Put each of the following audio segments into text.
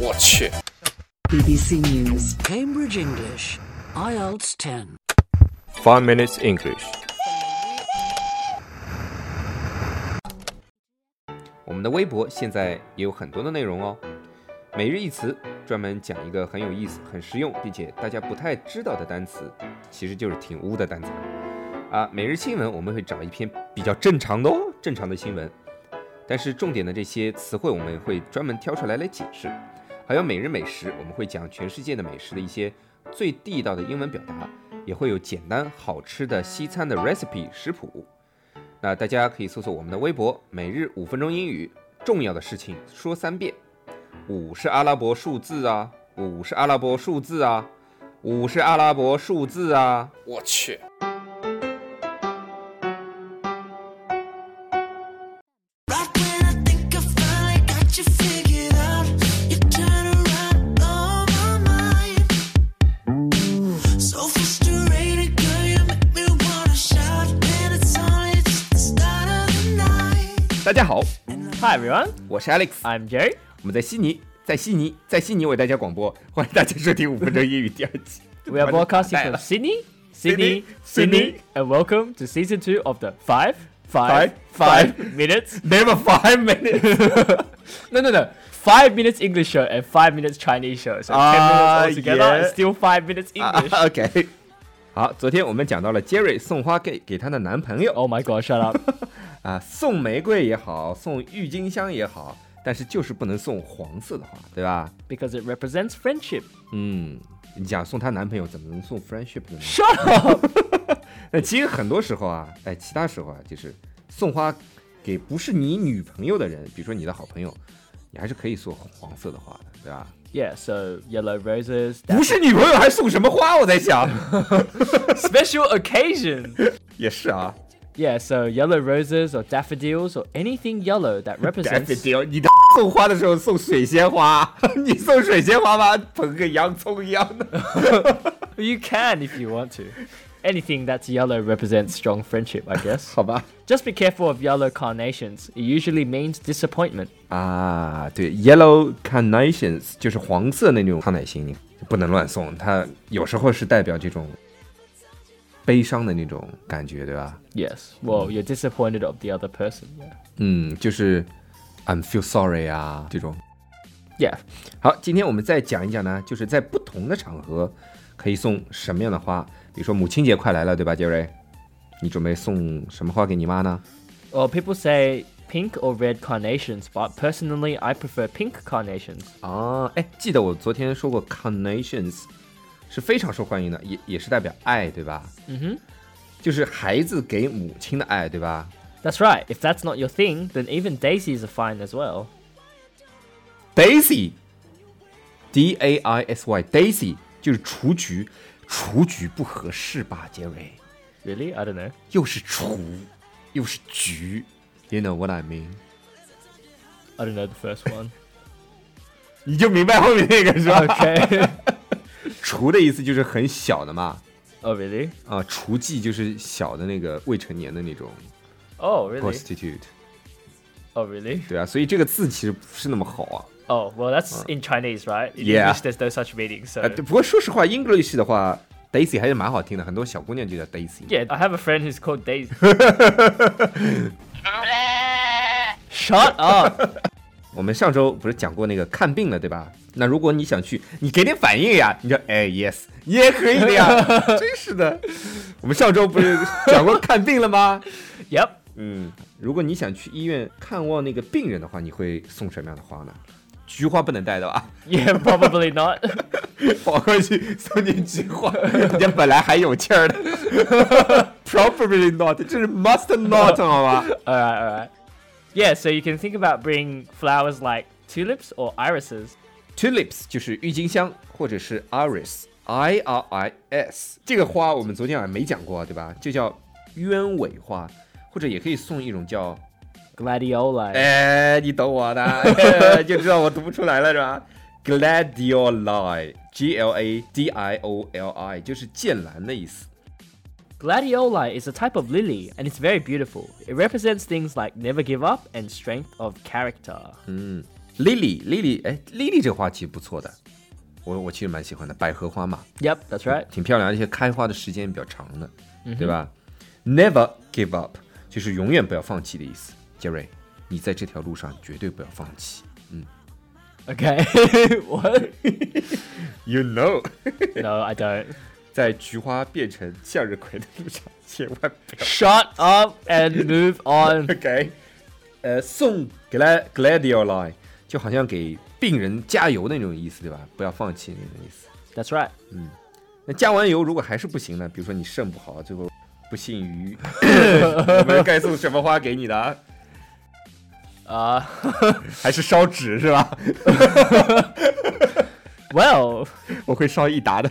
我去， BBC News. Cambridge English, IELTS 10. Five minutes English。我们的微博现在也有很多的内容哦，每日一词专门讲一个很有意思、很实用，并且大家不太知道的单词，其实就是挺污的单词啊。每日新闻我们会找一篇比较正常的哦，正常的新闻，但是重点的这些词汇我们会专门挑出来来解释。还有每日美食，我们会讲全世界的美食的一些最地道的英文表达，也会有简单好吃的西餐的 recipe 食谱。那大家可以搜索我们的微博“每日五分钟英语”，重要的事情说三遍。五是阿拉伯数字啊，五是阿拉伯数字啊，五是阿拉伯数字啊。我去。 Right when I think I finally got you figured out, you turn around on my mind. So frustrated, girl, you make me wanna shout, and it's only just the start of the night. 大家好， Hi everyone, 我是 Alex， I'm Jerry. 我们在悉尼，在悉尼，在悉尼为大家广播，欢迎大家收听五分钟英语第二季。 We are 完 broadcasting 蛋 from 了 Sydney, Sydney, Sydney, Sydney. Sydney, and welcome to season two of the five, Five, five, five. five minutes. Never five minutes No, no, no. Five minutes English show and five minutes Chinese show. So Ah, ten minutes altogether. yeah. Ah. It's still five minutes English. OK，好，昨天我们讲到了 Jerry 送花给给她的男朋友 oh my god! Shut up. 啊，送玫瑰也好，送郁金香也好，但是就是不能送黄色的花，对吧？ because it represents friendship. 嗯，你想送她男朋友怎么能送 friendship 呢？ Shut up. 那其实很多时候啊，哎，其他时候啊，就是送花给不是你女朋友的人，比如说你的好朋友，你还是可以送黄色的花的，对吧？ yeah. So yellow roses. 不 That's 是女朋友还送什么花？我在想， a special occasion. 也是啊， Yeah. So yellow roses or daffodils or anything yellow that 白 represents. 费丢，你的 送花的时候送水仙花， 你送水仙花吧，捧个洋葱一样的。 You can if you want to. Anything that's yellow represents strong friendship, I guess. 好吧。 Just be careful of yellow carnations. It usually means disappointment. 啊，对，yellow carnations 就是黄色那种康乃馨，你不能乱送，它有时候是代表这种悲伤的那种感觉，对吧？ Yes. Well, you're disappointed of the other person. Yeah. 嗯，就是 I'm feel sorry 啊这种。 Yeah. 好，今天我们再讲一讲呢，就是在不同的场合可以送什么样的花，比如说母亲节快来了，对吧，杰瑞？你准备送什么花给你妈呢？ Well, people say pink or red carnations, but personally, I prefer pink carnations. 啊，哎，记得我昨天说过，carnations 是非常受欢迎的，也也是代表爱，对吧？嗯哼，就是孩子给母亲的爱，对吧？ That's right. If that's not your thing, then even daisies are fine as well. Daisy，D A I S Y，Daisy 就是雏菊，雏菊不合适吧，杰瑞？ Really? I don't know. 又是雏，又是菊，You know what I mean？ I don't know the first one. 你就明白后面那个是吧 okay. 雏的意思就是很小的嘛， oh, really? 啊、雏妓就是小的那个未成年的那种 Oh, really? prostitute， Oh, really? 对啊，所以这个字其实不是那么好啊。 Oh, well, that's in Chinese, right? In Yeah. English, there's no such meaning. So, 呃，对不过说实话，English 的话，Daisy 还是蛮好听的，很多小姑娘就叫 Daisy。 yeah, I have a friend who's called Daisy. Shut up. 我们上周不是讲过那个看病了，对吧？那如果你想去，你给点反应呀，你说哎 yes 也可以的呀，真是的。我们上周不是讲过看病了吗？ yep. 嗯，如果你想去医院看望那个病人的话，你会送什么样的花呢？菊花不能带的吧？ Yeah, probably not. 跑过去送你菊花，人家本来还有气儿的。Probably not，这是 must not 好吧？ all right, all right. Yeah, so you can think about bringing flowers like tulips or irises. Tulips 就是郁金香，或者是 iris I R I S 这个花，我们昨天好像没讲过，对吧？就叫鸢尾花，或者也可以送一种叫 Gladioli. Eh. 哎，你懂我的， 就知道我读不出来了是吧？Gladioli G L A D I O L I 就是剑兰的意思。 Gladioli is a type of lily, and it's very beautiful. It represents things like never give up and strength of character. Lily，Lily，哎，Lily 这个花其实不错的，我我其实蛮喜欢的，百合花嘛， Yep, that's right. 挺漂亮，而且开花的时间也比较长的，对吧？Never give up 就是永远不要放弃的意思。杰瑞，你在这条路上绝对不要放弃。 Okay. what? You know， No, I don't. 在菊花变成向日葵的路上，千万不要。 Shut up and move on. OK，呃，送 glad gladioli 就好像给病人加油那种意思，对吧？不要放弃那种意思。 That's right. 那加完油如果还是不行呢？比如说你肾不好，最后不幸于我们该送什么花给你的啊？ Uh, 还是烧纸是吧？ well, 我会烧益达的。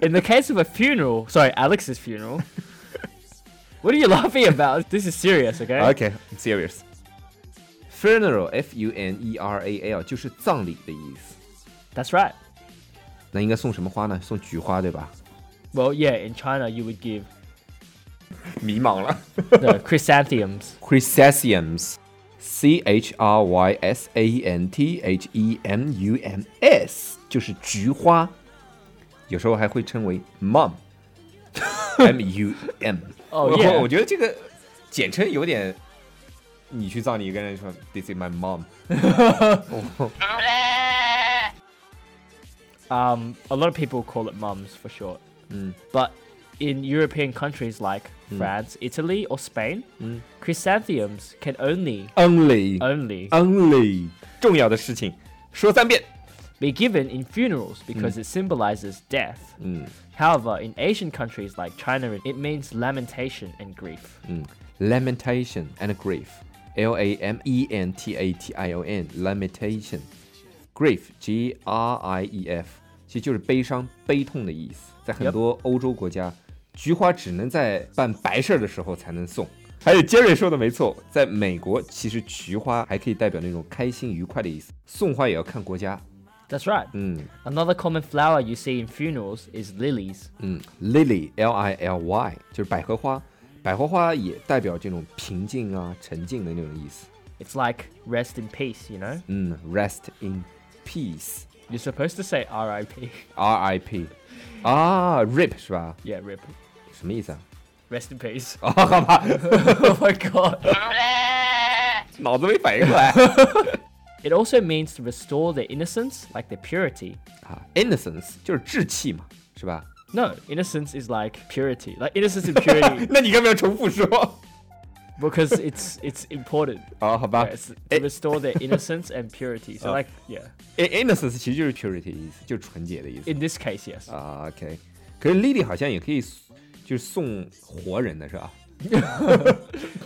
in the case of a funeral, sorry, Alex's funeral. What are you laughing about? This is serious, okay? Okay，I'm serious. Funeral, F U N E R A L，就是葬礼的意思。 That's right. 那应该送什么花呢？送菊花对吧？ Well, yeah, in China you would give 迷茫了。 the chrysanthemums. Chrysanthemums, C H R Y S A N T H E M U M S，就是菊花，有时候还会称为 mum。M U M。 Oh, 我 yeah. 我觉得这个简称有点，你去葬礼跟人说 This is my mom。 Um, a lot of people call it mums for short. But in European countries like France, Italy, or Spain, chrysanthemums can only Only only only 嗯呃重要的事情说三遍。 be given in funerals because it symbolizes death. However, in Asian countries like China, it means lamentation and grief. 嗯 Lamentation and grief. L A M E N T A T I O N. Lamentation. Grief. G R I E F. 其实就是悲伤、悲痛的意思。在很 Yep. 多欧洲国家，菊花只能在办白事儿的时候才能送。还有杰瑞说的没错，在美国，其实菊花还可以代表那种开心、愉快的意思。送花也要看国家。 That's right. 嗯 Another common flower you see in funerals is lilies. 嗯，Lily L I L Y 就是百合花，百合花也代表这种平静啊、沉静的那种意思。 It's like rest in peace, you know? 嗯，Rest in peace, You're supposed to say RIP. R.I.P. 啊，RIP 是吧？ yeah, rip. 什么意思啊？ Rest in peace. 啊，好吧， oh my god. 脑子没反应过来 It also means to restore their innocence, like their purity. 啊。Innocence 就是志气嘛，是吧？ No, innocence is like purity. Like innocence and purity 那你干嘛要重复说？ because it's it's important. 啊，好吧 Yeah, it's to restore their innocence and purity. So like yeah. In-，innocence 哎其实就是 purity 的意思，就是纯洁的意思 In this case, yes. 啊。OK，可是 Lily 好像也可以，就是送活人的是吧？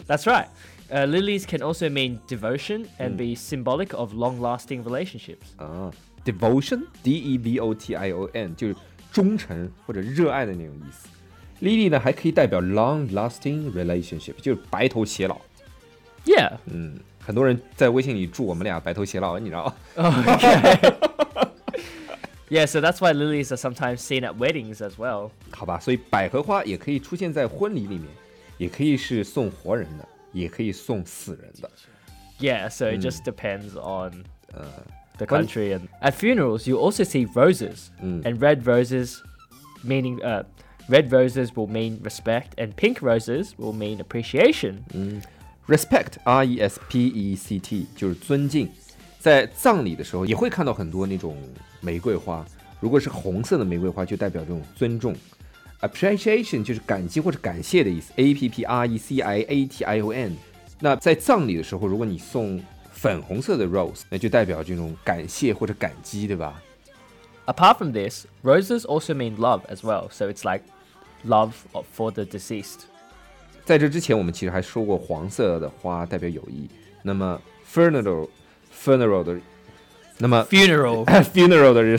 That's right. Uh, lilies can also mean devotion and be symbolic of long-lasting relationships. 啊，devotion，D E V O T I O N，就是忠诚或者热爱的那种意思。Lily 呢，还可以代表 long-lasting relationship，就是白头偕老。 Yeah. 嗯，很多人在微信里祝我们俩白头偕老，你知道吗？ Yeah. So that's why lilies are sometimes seen at weddings as well. 好吧，所以百合花也可以出现在婚礼里面，也可以是送活人的，也可以送死人的。 Yeah. So it just depends on the Well- country. And at funerals, you also see roses and red roses, meaning uh, red roses will mean respect, and pink roses will mean appreciation. Respect R E S P E C T 就是尊敬，在葬礼的时候也会看到很多那种玫瑰花，如果是红色的玫瑰花，就代表这种尊重。Appreciation 就是感激或者感谢的意思，A P P R E C I A T I O N。那在葬礼的时候，如果你送粉红色的 rose，那就代表这种感谢或者感激，对吧？ Apart from this, roses also mean love as well. So it's like love of- for the deceased. 在这之前，我们其实还说过黄色的花代表友谊。那么 funeral funeral 的，那么 Funeral. funeral 的人，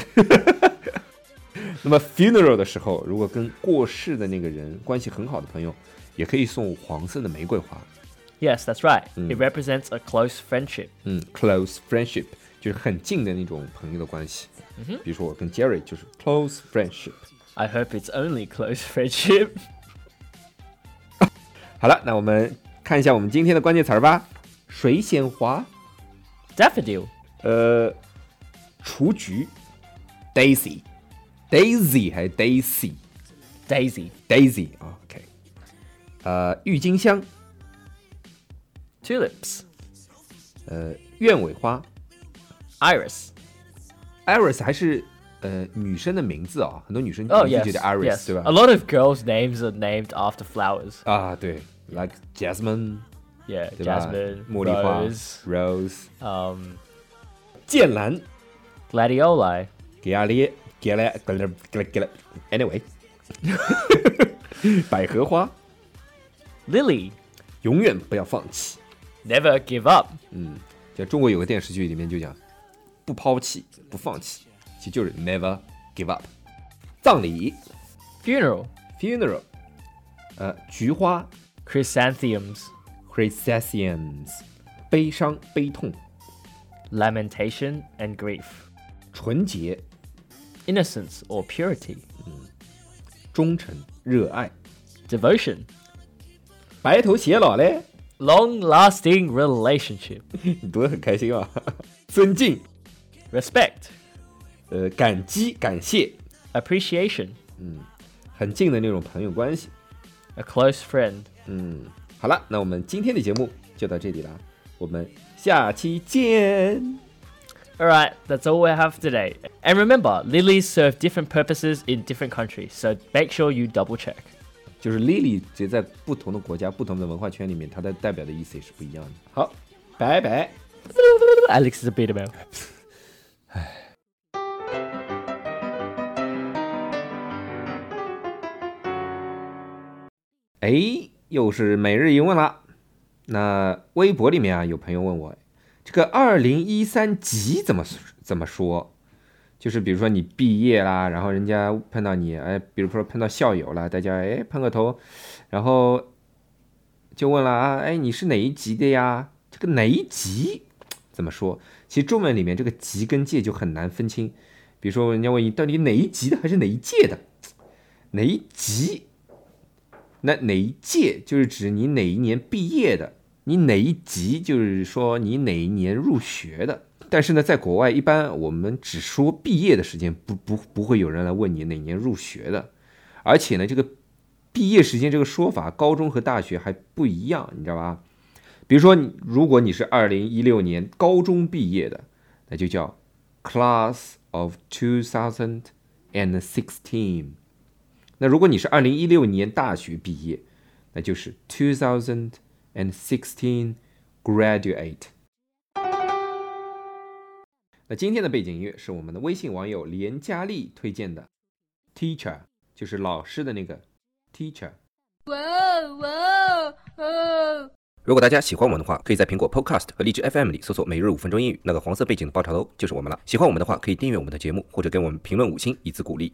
那么 funeral 的时候，如果跟过世的那个人关系很好的朋友，也可以送黄色的玫瑰花。 yes, that's right. It represents a close friendship. 嗯，close friendship 就是很近的那种朋友的关系。比如说我跟 Jerry 就是 close friendship。 I hope it's only close friendship. 好了，那我们看一下我们今天的关键词儿吧。水仙花 Daffodil. 呃，雏菊，Daisy，Daisy 还是 Daisy，Daisy Daisy. 啊，OK，呃，郁金香， Tulips. 呃，鸢尾花 Iris. ，Iris 还是呃女生的名字啊、很多女生 Oh, 名字 yes. 就叫 Iris，、 yes. 对 A 吧？ lot of girls' names are named after flowers. 啊，对，like Jasmine， Yeah, 对吧 Jasmine, 茉莉花 Rose, Rose， um, 剑兰， Gladioli. 给阿列，给了，给了，给了，给了，anyway，百 合花， Lily. 永远不要放弃。 Never give up. 就中国有个电视剧里面就讲，不抛弃，不放弃，其实就是 never give up。葬礼 Funeral. funeral，呃，菊花 Chrysanthemums. chrysanthemums，悲伤、悲痛， Lamentation and grief. 纯洁、 Innocence or purity. 忠诚、热爱， Devotion. 白头偕老嘞， Long lasting relationship. 你读得很开心啊。 尊敬， Respect. 呃，感激、感谢， Appreciation. 很近的那种朋友关系。 A close friend. 好了，那我们今天的节目就到这里啦，我们下期见。 Alright, that's all we have today. And remember, lilies serve different purposes in different countries, so make sure you double check. 就是 Lily 其实在不同的国家、不同的文化圈里面，它的代表的意思也是不一样的。好，拜拜。 Alex is a beta male. 哎，又是每日一问啦。那微博里面啊，有朋友问我，这个二零一三级怎么怎么说？就是比如说你毕业啦，然后人家碰到你，哎，比如说碰到校友啦，大家哎碰个头，然后就问了啊，哎，你是哪一级的呀？这个哪一级怎么说？其实中文里面这个级跟届就很难分清。比如说人家问你到底哪一级的还是哪一届的，哪一级那哪一届就是指你哪一年毕业的，你哪一级就是说你哪一年入学的。但是呢，在国外一般我们只说毕业的时间，不不不会有人来问你哪年入学的。而且呢，这个毕业时间这个说法，高中和大学还不一样，你知道吧？比如说你，如果你是二零一六年高中毕业的，那就叫 Class of two thousand and sixteen。那如果你是二零一六年大学毕业，那就是 two thousand and sixteen graduate。那今天的背景音乐是我们的微信网友连佳丽推荐的，Teacher 就是老师的那个 Teacher。 Whoa, whoa, oh. 如果大家喜欢我们的话，可以在苹果 Podcast 和荔枝 FM 里搜索“每日五分钟英语”，那个黄色背景的爆炒头就是我们了。喜欢我们的话，可以订阅我们的节目，或者给我们评论五星以资鼓励。